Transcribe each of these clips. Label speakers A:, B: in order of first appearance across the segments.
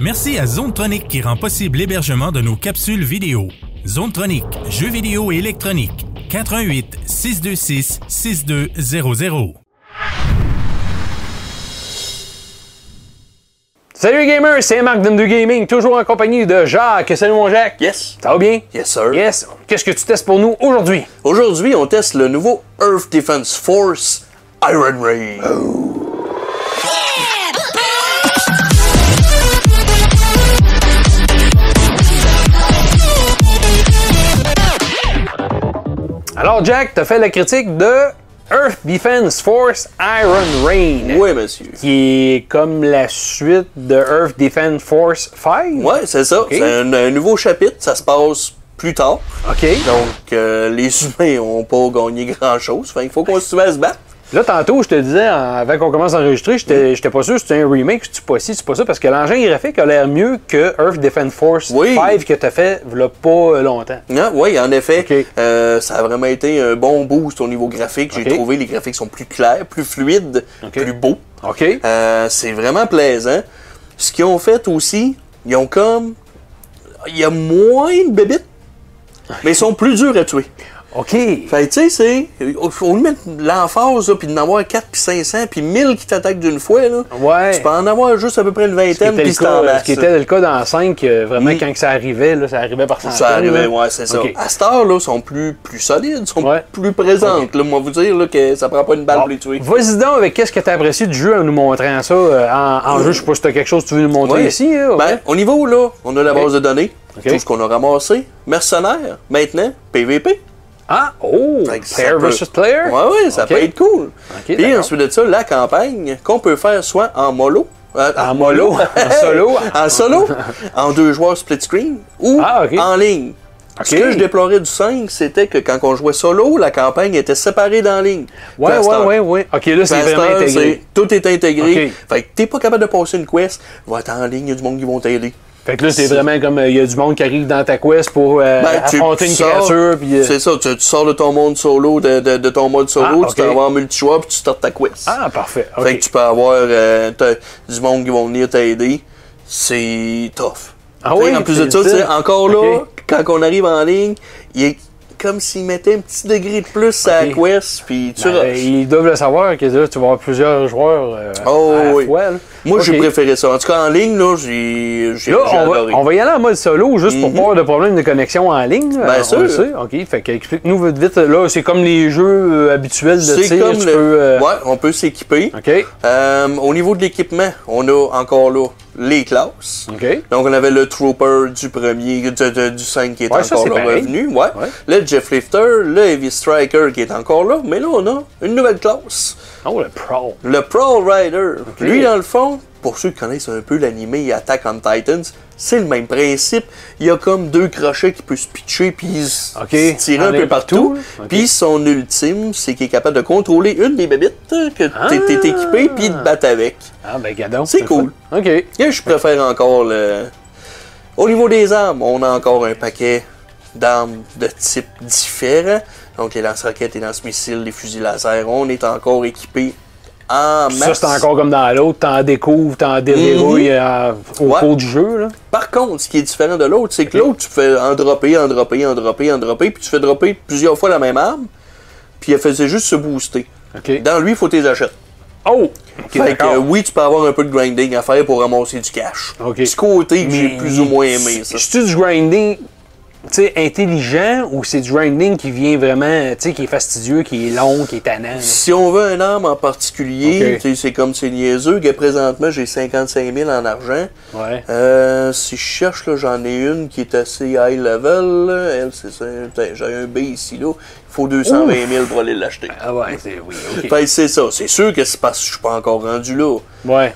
A: Merci à Zone Tronic qui rend possible l'hébergement de nos capsules vidéo. Zone Tronic, jeux vidéo et électronique. 88 626 6200.
B: Salut gamers, c'est Marc de Gaming, toujours en compagnie de Jacques. Salut mon Jacques.
C: Yes.
B: Ça va bien?
C: Yes, sir.
B: Yes. Qu'est-ce que tu testes pour nous aujourd'hui?
C: Aujourd'hui, on teste le nouveau Earth Defense Force Iron Rain.
B: Oh. Alors Jack, t'as fait la critique de Earth Defense Force Iron Rain.
C: Oui, monsieur.
B: Qui est comme la suite de Earth Defense Force 5.
C: Ouais, c'est ça. C'est un, un nouveau chapitre. Ça se passe plus tard.
B: OK.
C: Donc, euh, les humains ont pas gagné grand-chose. Fait qu'il faut continuer à se battre.
B: Là, tantôt, je te disais, en- avant qu'on commence à enregistrer,
C: Mm.
B: j'étais j'étais pas sûr si c'était un remake, si tu pas ci, si tu pas ça, parce que l'engin graphique a l'air mieux que Earth Defense Force
C: Oui.
B: 5 que t'as fait v'là pas longtemps.
C: Non, oui, Hein? en effet.
B: Ok.
C: Euh, ça a vraiment été un bon boost au niveau graphique. J'ai
B: Ok.
C: trouvé les graphiques sont plus clairs, plus fluides,
B: Ok.
C: plus beaux.
B: OK?
C: Euh, c'est vraiment plaisant. Ce qu'ils ont fait aussi, ils ont comme. Il y a moins de bébites, mais ils sont plus durs à tuer.
B: OK.
C: Fait que, tu sais, c'est. On met l'emphase, là, puis d'en avoir 4, puis 500, puis 1000 qui t'attaquent d'une fois, là.
B: Ouais.
C: Tu peux en avoir juste à peu près
B: Ce
C: une
B: qui
C: vingtaine,
B: était
C: puis
B: le
C: c'est
B: cas-
C: en masse.
B: ce qui était le cas dans 5, euh, vraiment,
C: Oui.
B: quand que ça arrivait, là, ça arrivait par centaines.
C: Ça arrivait,
B: là.
C: ouais, c'est ça.
B: OK.
C: À cette heure-là, ils sont plus, plus solides, sont
B: Ouais.
C: plus présentes. Là, moi, vous dire là, que ça prend pas une balle
B: Bon,
C: pour les tuer.
B: Vas-y donc avec qu'est-ce que t'as apprécié du jeu en nous montrant ça euh, en, en jeu. Je sais pas si t'as quelque chose que tu veux nous montrer
C: Ouais.
B: ici. hein,
C: Ben,
B: ouais.
C: on y va, là. On a la
B: Ok.
C: base de données.
B: Ok.
C: Tout ce qu'on a ramassé. Mercenaires, maintenant, PVP.
B: Ah, oh,
C: Fait que ça
B: player
C: peut-
B: versus player.
C: Ouais, ouais, ça
B: Ok.
C: peut être cool.
B: Ok,
C: Puis
B: d'accord.
C: ensuite de ça, la campagne qu'on peut faire soit en mollo. euh,
B: En mollo, en solo.
C: en solo, en deux joueurs split screen ou
B: Ah, ok.
C: en ligne. Ce
B: Ok.
C: que je déplorais du 5, c'était que quand on jouait solo, la campagne était séparée dans la ligne.
B: Ouais,
C: Puis à cette
B: ouais,
C: heure-
B: ouais, ouais. Ok, là, c'est
C: puis à cette
B: vraiment
C: heure,
B: intégré.
C: c'est- Tout est intégré.
B: Ok.
C: Fait que t'es pas capable de passer une quest, va être en ligne, il y a du monde qui vont t'aider.
B: Fait que là, c'est vraiment comme euh, il y a du monde qui arrive dans ta quest pour euh,
C: Ben, tu
B: affronter une
C: sors-
B: créature. Puis, euh,
C: C'est ça, tu, tu sors de ton monde solo, de, de- de ton mode solo,
B: Ah,
C: tu
B: ok.
C: t'en vas en multijoueur, puis tu startes ta quest.
B: Ah, parfait. ok.
C: Fait que tu peux avoir euh, t'as du monde qui vont venir t'aider. C'est tough.
B: Ah
C: T'sais,
B: oui,
C: en plus
B: c'est
C: de ça,
B: le
C: t'sais,
B: fun.
C: encore
B: Ok.
C: là, quand on arrive en ligne, il est comme s'il mettait un petit degré de plus à la
B: Ok.
C: quest, puis tu
B: Ben,
C: rushes.
B: ils doivent le savoir que là, tu vas avoir plusieurs joueurs euh,
C: Oh,
B: à la
C: oui.
B: fois. là.
C: Moi, j'ai
B: Ok.
C: préféré ça. En tout cas, en ligne, là, j'ai j'ai-
B: Là,
C: j'ai
B: on va,
C: adoré.
B: on va y aller en mode solo juste pour pas avoir de problème de connexion en ligne. là.
C: Ben,
B: on
C: Mhm. sûr.
B: le sait. OK, fait que explique-nous vite, vite. Là, c'est comme les jeux euh, habituels de
C: C'est
B: tir.
C: comme
B: tu
C: le-
B: peux, euh,
C: Ouais, on peut s'équiper.
B: OK,
C: Euh, au niveau de l'équipement, on a encore là les classes.
B: OK.
C: Donc, on avait le Trooper du premier, du, du- du 5 qui est
B: Ouais, ça,
C: encore
B: c'est
C: là
B: pareil.
C: revenu. Ouais.
B: Ouais.
C: Le Jeff Lifter, le Heavy Striker qui est encore là. Mais là, on a une nouvelle classe.
B: Oh, le pro.
C: Le Prowl Rider. Lui, dans le fond, pour ceux qui connaissent un peu l'anime Attack on Titans, c'est le même principe. Il y a comme deux crochets qui peuvent se pitcher puis se
B: Ok.
C: se tirer un
B: Aller
C: peu partout.
B: partout, là. Ok.
C: Puis son ultime, c'est qu'il est capable de contrôler une des bébites que t'es t'es équipé puis de battre avec.
B: Ah, ben, gadon.
C: C'est
B: le fun.
C: cool.
B: OK.
C: Et je préfère encore le. Au niveau des armes, on a encore un paquet d'armes de type différent. Donc les lance-roquettes, les lance-missiles, les fusils laser, on est encore équipé en
B: Ça,
C: masse.
B: c'est encore comme dans l'autre. T'en découvres, t'en déverrouilles euh, au
C: Mhm. Ouais.
B: cours du jeu. Là.
C: Par contre, ce qui est différent de l'autre, c'est que l'autre, tu fais en dropper, en dropper, en dropper, en dropper, puis tu fais dropper plusieurs fois la même arme, puis elle faisait juste se booster.
B: OK.
C: Dans lui, il faut tes achètes.
B: Oh! OK,
C: fait que,
B: d'accord.
C: euh, oui, tu peux avoir un peu de grinding à faire pour ramasser du cash.
B: Ok.
C: Ce côté que j'ai plus ou moins aimé, ça.
B: C'est-tu du grinding tu sais, intelligent ou c'est du grinding qui vient vraiment, tu sais, qui est fastidieux, qui est long, qui est tannant? là?
C: Si on veut un arme en particulier,
B: Ok.
C: tu sais, c'est comme c'est niaiseux, que présentement j'ai 55 000 en argent.
B: Ouais.
C: Euh, si je cherche, là, j'en ai une qui est assez high level. là. Elle, c'est ça. Putain, J'ai un B ici, là. Il faut 220 000 pour aller l'acheter.
B: Ah ouais, c'est oui, OK.
C: Fait que c'est ça. C'est sûr que c'est parce que je suis pas encore rendu là.
B: Ouais.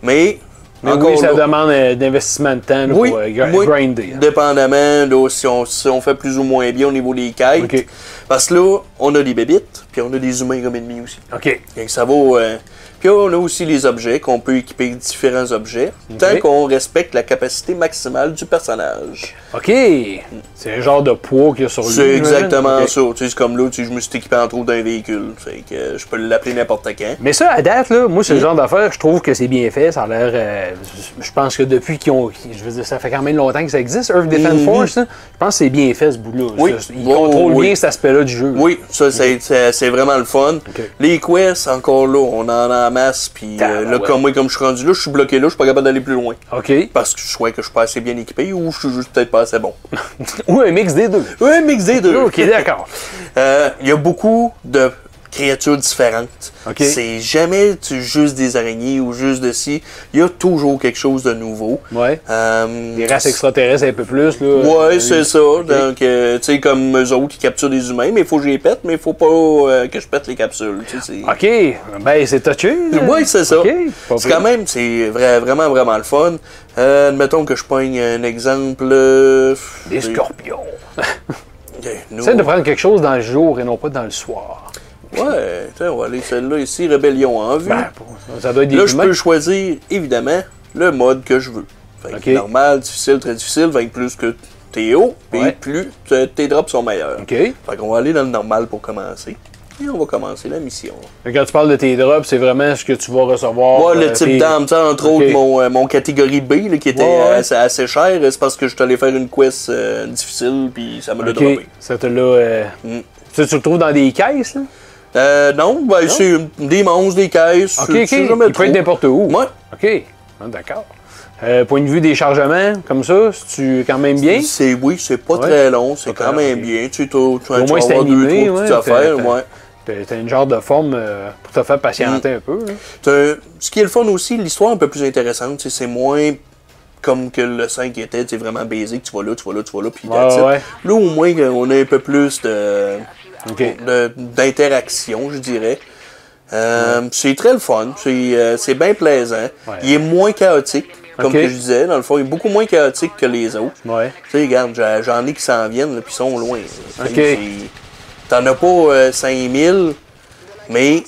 C: Mais,
B: Mais
C: encore
B: oui, ça
C: là.
B: demande euh, d'investissement de temps là,
C: Oui,
B: pour euh, gr-
C: oui.
B: grinder. hein.
C: Dépendamment là, si, on, si on fait plus ou moins bien au niveau des kites.
B: Ok.
C: Parce que là, on a des bébites, puis on a des humains comme ennemis aussi.
B: OK.
C: Fait que ça vaut. euh, Puis on a aussi les objets, qu'on peut équiper avec différents objets, tant qu'on respecte la capacité maximale du personnage.
B: OK. C'est un genre de poids qu'il y a sur lui.
C: C'est
B: j'imagine?
C: exactement
B: OK.
C: ça. Tu sais, c'est comme là, tu sais, je me suis équipé en trop d'un véhicule. Fait que euh, je peux l'appeler n'importe quand.
B: Mais ça, à date, là, moi,
C: Mm.
B: c'est le genre d'affaire, je trouve que c'est bien fait. Ça a l'air. euh, je pense que depuis qu'ils ont. Je veux dire, ça fait quand même longtemps que ça existe, Earth Defense
C: Mhm.
B: Force. là. Je pense que c'est bien fait, ce bout-là.
C: Oui.
B: Ça, Ils
C: Oh,
B: contrôlent
C: oui.
B: bien cet aspect-là du jeu.
C: Oui, ça, c'est- c'est c'est vraiment le fun. Les quests, encore là, on en a en masse. Puis euh, là,
B: Tabarouette.
C: comme moi, comme je suis rendu là, je suis bloqué là, je suis pas capable d'aller plus loin.
B: OK.
C: Parce que je crois que je suis pas assez bien équipé ou je suis juste peut-être pas assez bon.
B: Ou un mix des deux.
C: Oui, mix des deux.
B: OK, d'accord.
C: Euh, Il y a beaucoup de créatures différentes.
B: OK.
C: C'est jamais tu- juste des araignées ou juste de ci. Il y a toujours quelque chose de nouveau.
B: Ouais.
C: Euh,
B: Les races extraterrestres, un peu plus. Là,
C: Ouais,
B: Euh,
C: c'est ça. Donc, euh, tu sais, comme eux autres qui capturent des humains, mais il faut que je les pète, mais il faut pas euh, que je pète les capsules. tu sais, c'est-
B: OK. Ben, c'est touché. là.
C: Ouais, c'est ça.
B: OK. Pas
C: C'est
B: pire.
C: quand même, c'est vrai- vraiment, vraiment le fun. Euh, admettons que je pogne un exemple. euh,
B: Des
C: des-
B: scorpions.
C: des- nous-
B: Essaye de prendre quelque chose dans le jour et non pas dans le soir.
C: Ouais, tiens, on va aller celle-là ici, rébellion en vue.
B: Ben, pour- ça doit être des
C: Là, je
B: humains.
C: peux choisir, évidemment, le mode que je veux. Fait que
B: Ok.
C: normal, difficile, très difficile, va être plus que t'es haut, puis
B: Ouais.
C: plus t- tes drops sont meilleurs.
B: OK.
C: Fait qu'on va aller dans le normal pour commencer. Et on va commencer la mission.
B: Fait que Quand tu parles de tes drops, c'est vraiment ce que tu vas recevoir.
C: Moi,
B: euh,
C: le type
B: tes-
C: d'arme, tu sais, entre
B: Ok.
C: autres, mon, euh, mon catégorie B, là, qui était
B: Ouais, ouais.
C: assez, assez cher, euh, c'est parce que je suis allé faire une quest euh, difficile, puis ça me l'a
B: OK.
C: droppé.
B: Ça te l'a. euh,
C: Mm.
B: Ça, tu le trouves dans des caisses, là?
C: Euh, non, ben, c'est des monstres, des caisses,
B: OK,
C: tu
B: OK.
C: sais
B: Il
C: jamais
B: peut être
C: trop.
B: n'importe où.
C: Ouais.
B: OK. Ah, D'accord. Euh, point de vue des chargements, comme ça, tu quand même bien?
C: C'est oui, c'est pas
B: Ouais.
C: très long, c'est
B: Pas
C: quand
B: très
C: même
B: long,
C: bien. Tu, sais, t'as- tu,
B: Au
C: tu
B: moins,
C: vas
B: c'est
C: avoir deux,
B: animé,
C: trois petites
B: ouais,
C: affaires.
B: t'as-
C: Ouais.
B: T'as t'as une genre de forme euh, pour te faire
C: Mm.
B: patienter un peu. là.
C: T'as- Ce qui est le fun aussi, l'histoire est un peu plus intéressante. tu sais, C'est moins comme que le 5 était, c'est vraiment basique. Tu vas là, tu vas là, tu vas là, puis
B: Ouais,
C: that's it.
B: ouais.
C: Là, au moins, on a un peu plus de
B: OK.
C: de- d'interaction, je dirais. Euh, C'est très le fun, c'est euh, c'est bien plaisant.
B: Ouais.
C: Il est moins chaotique, comme
B: Ok.
C: que je disais, dans le fond, il est beaucoup moins chaotique que les autres.
B: Ouais.
C: Tu sais, regarde, j'a- j'en ai qui s'en viennent, là, puis ils sont loin. là.
B: OK.
C: Fait que c'est- T'en as pas euh, 5000, mais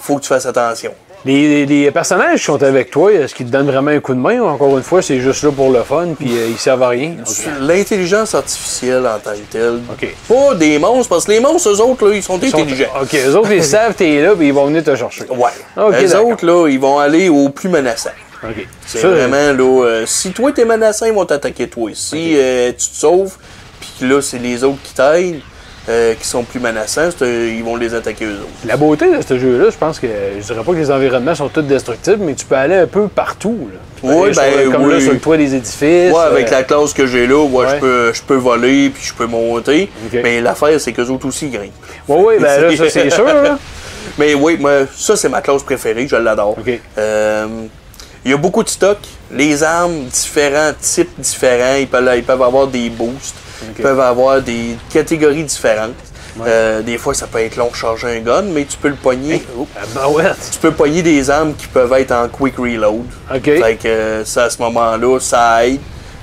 C: faut que tu fasses attention.
B: Les, les- les personnages qui sont avec toi, est-ce qu'ils te donnent vraiment un coup de main ou encore une fois, c'est juste là pour le fun puis euh, ils servent à rien?
C: Sur L'intelligence artificielle en tant que telle.
B: OK.
C: Pas des monstres, parce que les monstres, eux autres, là, ils sont
B: Ils sont-
C: intelligents.
B: OK, les autres, ils savent t'es là puis ils vont venir te chercher.
C: Ouais.
B: OK,
C: les
B: d'accord.
C: autres, là, ils vont aller au plus menaçant.
B: OK.
C: C'est
B: Ça,
C: vraiment, là, euh, si toi t'es menaçant, ils vont t'attaquer toi. Si euh, tu te sauves, puis là, c'est les autres qui t'aident, euh, qui sont plus menaçants, c'est, euh, ils vont les attaquer eux autres.
B: La beauté de ce jeu-là, je pense que je dirais pas que les environnements sont tous destructibles, mais tu peux aller un peu partout. Là. Tu peux
C: Oui,
B: aller sur
C: ben
B: le- comme là,
C: oui.
B: sur le toit des édifices.
C: Ouais, avec
B: euh,
C: la classe que j'ai là, ouais,
B: ouais.
C: Je, peux, je peux voler puis je peux monter.
B: Ok.
C: Mais l'affaire, c'est qu'eux autres aussi grimpent.
B: Ouais, ouais, ben là, ça, c'est sûr. Là.
C: Mais oui, moi, ça, c'est ma classe préférée, je l'adore.
B: Ok.
C: Euh, il y a beaucoup de stock, les armes, différents types différents. Ils peuvent, ils peuvent avoir des boosts, ils peuvent avoir des catégories différentes. Euh, des fois, ça peut être long de charger un gun, mais tu peux le pogner. Oh.
B: Ah, ben ouais.
C: Tu peux pogner des armes qui peuvent être en quick reload.
B: OK.
C: Fait que euh, ça, à ce moment-là, ça aide.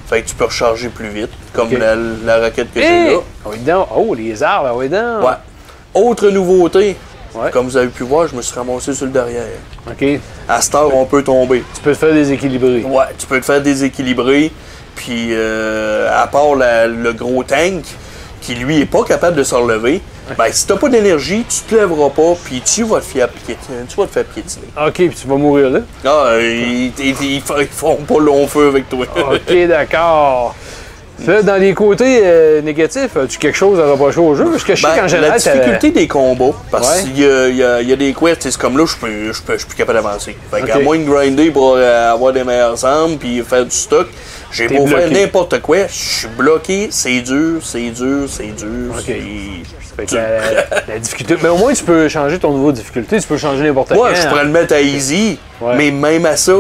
C: Fait que tu peux recharger plus vite, comme
B: OK.
C: la, la roquette que j'ai
B: Hey!
C: là.
B: Ah oui, donc. Oh, les arbres, ah oui, donc.
C: Ouais. Autre nouveauté,
B: Ouais.
C: comme vous avez pu voir, je me suis ramassé sur le derrière.
B: OK.
C: À cette heure, on peut tomber.
B: Tu peux te faire déséquilibrer.
C: Ouais, tu peux te faire déséquilibrer. Puis, euh, à part la- le gros tank, qui lui est pas capable de se relever, ben, si t'as pas d'énergie, tu te lèveras pas, puis tu vas te faire piétiner. Tu vas te faire piétiner.
B: OK, puis tu vas mourir là.
C: Ah, euh, ils, ils- ils font- ils font pas long feu avec toi.
B: OK, d'accord. Là, dans les côtés euh, négatifs, as-tu quelque chose à reprocher au jeu? Parce que je sais
C: Ben,
B: qu'en général,
C: la
B: t'as-
C: difficulté des combats,
B: Ouais.
C: parce qu'il y, a- il y a- il y a des quests, c'est comme là, je peux, je peux, je suis plus capable d'avancer. Fait qu'à
B: Ok.
C: moins de grinder pour euh, avoir des meilleurs armes puis faire du stock, j'ai
B: T'es
C: beau faire
B: bloqué.
C: n'importe quoi, je suis bloqué, c'est dur, c'est dur, c'est dur.
B: Ok.
C: c'est-
B: Fait que la, la difficulté. Mais au moins, tu peux changer ton niveau de difficulté. Tu peux changer n'importe quoi.
C: Moi, je pourrais le mettre à easy,
B: hein. Ouais.
C: mais même à ça,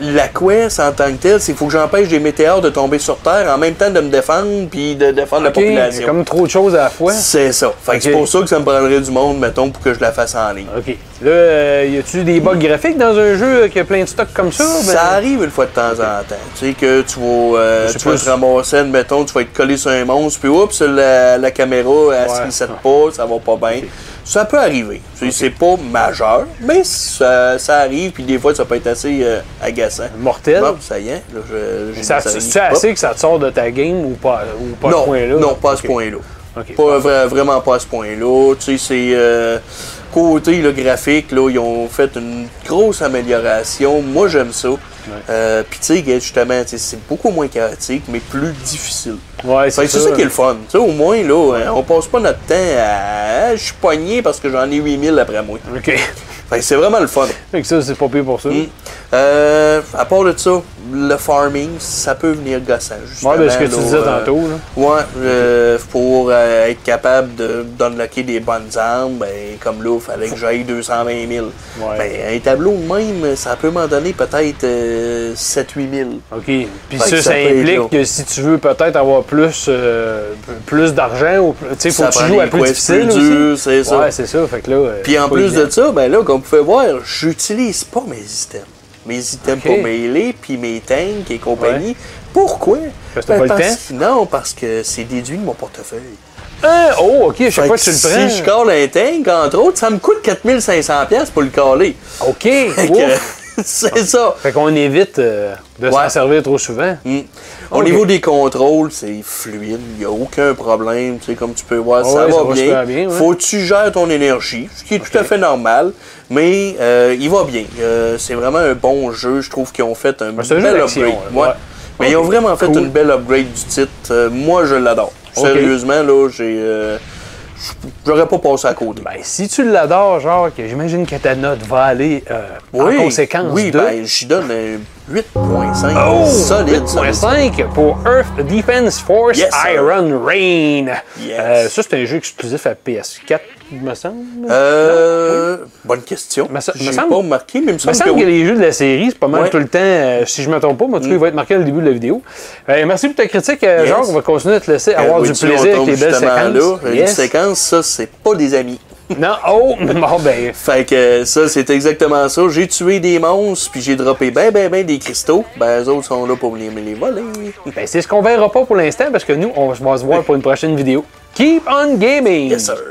C: la quest en tant que telle, c'est faut que j'empêche des météores de tomber sur Terre en même temps de me défendre puis de défendre la population.
B: comme trop de choses à la fois.
C: C'est ça. Fait que c'est
B: Ok.
C: pour ça que ça me prendrait du monde, mettons, pour que je la fasse en ligne.
B: OK. Là, euh, y a-tu des bugs graphiques dans un jeu euh, qui a plein de stocks comme ça? Ben,
C: Ça arrive une fois de temps en temps. Tu sais que tu vas, euh,
B: Je sais
C: tu vas
B: pas
C: te
B: si-
C: ramasser, admettons, tu vas être collé sur un monstre, puis oups, la, la caméra, elle
B: Ouais.
C: se reset pas, ça va pas bien. Ça peut arriver. C'est- C'est pas majeur,
B: ben,
C: mais ça, ça arrive, puis des fois, ça peut être assez euh, agaçant.
B: Mortel.
C: Bon, ça y est. Là, je- j'ai
B: Ça-
C: des amis qui
B: C'est-tu
C: pop.
B: assez que ça te sort de ta game ou pas, ou pas à
C: non,
B: ce point-là?
C: Non, pas à ce
B: Ok.
C: point-là.
B: Ok.
C: Pas vra- vraiment pas à ce point-là. Tu sais, c'est euh, côté le graphique, là, ils ont fait une grosse amélioration. Moi, j'aime ça. Euh, Puis, tu sais, que justement, tu sais, c'est beaucoup moins chaotique, mais plus difficile.
B: Ouais,
C: Fait que C'est ça qui est le fun. Tu sais, au moins, là, hein, on passe pas notre temps à. Je suis pogné parce que j'en ai 8000 après moi.
B: OK.
C: Fait que c'est vraiment le fun.
B: Fait que ça, c'est pas pire pour ça.
C: Mm. Euh, à part de ça, le farming, ça peut venir gossant.
B: Ouais, ben, ce que
C: justement,
B: tu
C: là,
B: disais
C: euh,
B: tantôt, là.
C: Ouais, euh, pour euh, être capable de d'unlocker des bonnes armes, ben, comme là, il fallait que j'aille 220 000.
B: Ouais.
C: Ben, un tableau de même, ça peut m'en donner peut-être euh, 7-8 000.
B: OK. Puis
C: Fait que
B: ça, ça,
C: ça peut être là.
B: implique que si tu veux peut-être avoir plus, euh, plus d'argent, ou plus- tu sais, faut
C: Ça
B: que tu
C: prend
B: joues à
C: des
B: plus
C: quests
B: difficile
C: plus
B: aussi.
C: durs, c'est ça.
B: Ouais, c'est ça. Fait que là... euh,
C: Puis en
B: pas
C: plus
B: évident.
C: de ça, ben là, comme vous pouvez voir, j'utilise pas mes items. Mes items
B: Ok.
C: pour mêler, puis mes tanks et compagnie. Pourquoi?
B: Parce que t'as pas le
C: que- Non, parce que c'est déduit de mon portefeuille.
B: Hein? Oh, OK, je sais
C: Fait
B: pas
C: que
B: si tu le prends.
C: si je colle un tank, entre autres, ça me coûte 4500$ pour le coller.
B: OK.
C: Fait que,
B: ouf.
C: c'est ça.
B: Fait qu'on évite euh, de s'en
C: Ouais.
B: servir trop souvent.
C: Mm. Au
B: Ok.
C: niveau des contrôles, c'est fluide, il n'y a aucun problème. Tu sais, comme tu peux voir,
B: Ah
C: ça,
B: ouais,
C: va
B: ça va
C: bien.
B: super bien, ouais.
C: Faut que tu gères ton énergie, ce qui est tout à fait normal, mais euh, il va bien. Euh, c'est vraiment un bon jeu. Je trouve qu'ils ont fait un
B: Ben, c'est un
C: bel
B: jeu
C: upgrade.
B: d'action, là,
C: Ouais.
B: ouais.
C: Mais ils ont
B: Ok,
C: vraiment fait
B: cool.
C: une belle upgrade du titre. Euh, moi, je l'adore.
B: Ok.
C: Sérieusement, là, j'ai. euh, J'aurais pas passé à côté.
B: Ben, si tu l'adores, genre, que j'imagine que ta note va aller euh, en conséquence
C: oui,
B: de...
C: ben, j'y donne un 8.5.
B: Oh!
C: solide, solide.
B: 8.5 pour Earth Defense Force
C: Yes, sir.
B: Iron Rain.
C: Yes.
B: Euh, ça, c'est un jeu exclusif à PS4, il me semble.
C: Euh, bonne question.
B: Me se- me
C: J'ai
B: semble-
C: pas remarqué,
B: Il
C: mais il me
B: me
C: semble,
B: semble
C: que
B: que les jeux de la série, c'est pas mal
C: Ouais. Mm.
B: tout le temps, euh, si je ne me trompe pas, mais en tout cas, il va être marqué au début de la vidéo. Euh, merci pour ta critique, euh,
C: Yes.
B: Jacques. On va continuer à te laisser
C: Euh,
B: avoir du
C: Witcher,
B: plaisir
C: on
B: avec les
C: tombe
B: belles
C: justement
B: séquences.
C: là.
B: Yes.
C: Une séquence, ça, c'est pas des amis.
B: Non, oh, bon, ben,
C: Fait que ça, c'est exactement ça. J'ai tué des monstres, puis j'ai droppé ben, ben, ben des cristaux. Ben, eux autres sont là pour venir me les voler.
B: ben, c'est ce qu'on verra pas pour l'instant parce que nous, on va se voir pour une prochaine vidéo. Keep on gaming!
C: Yes, sir.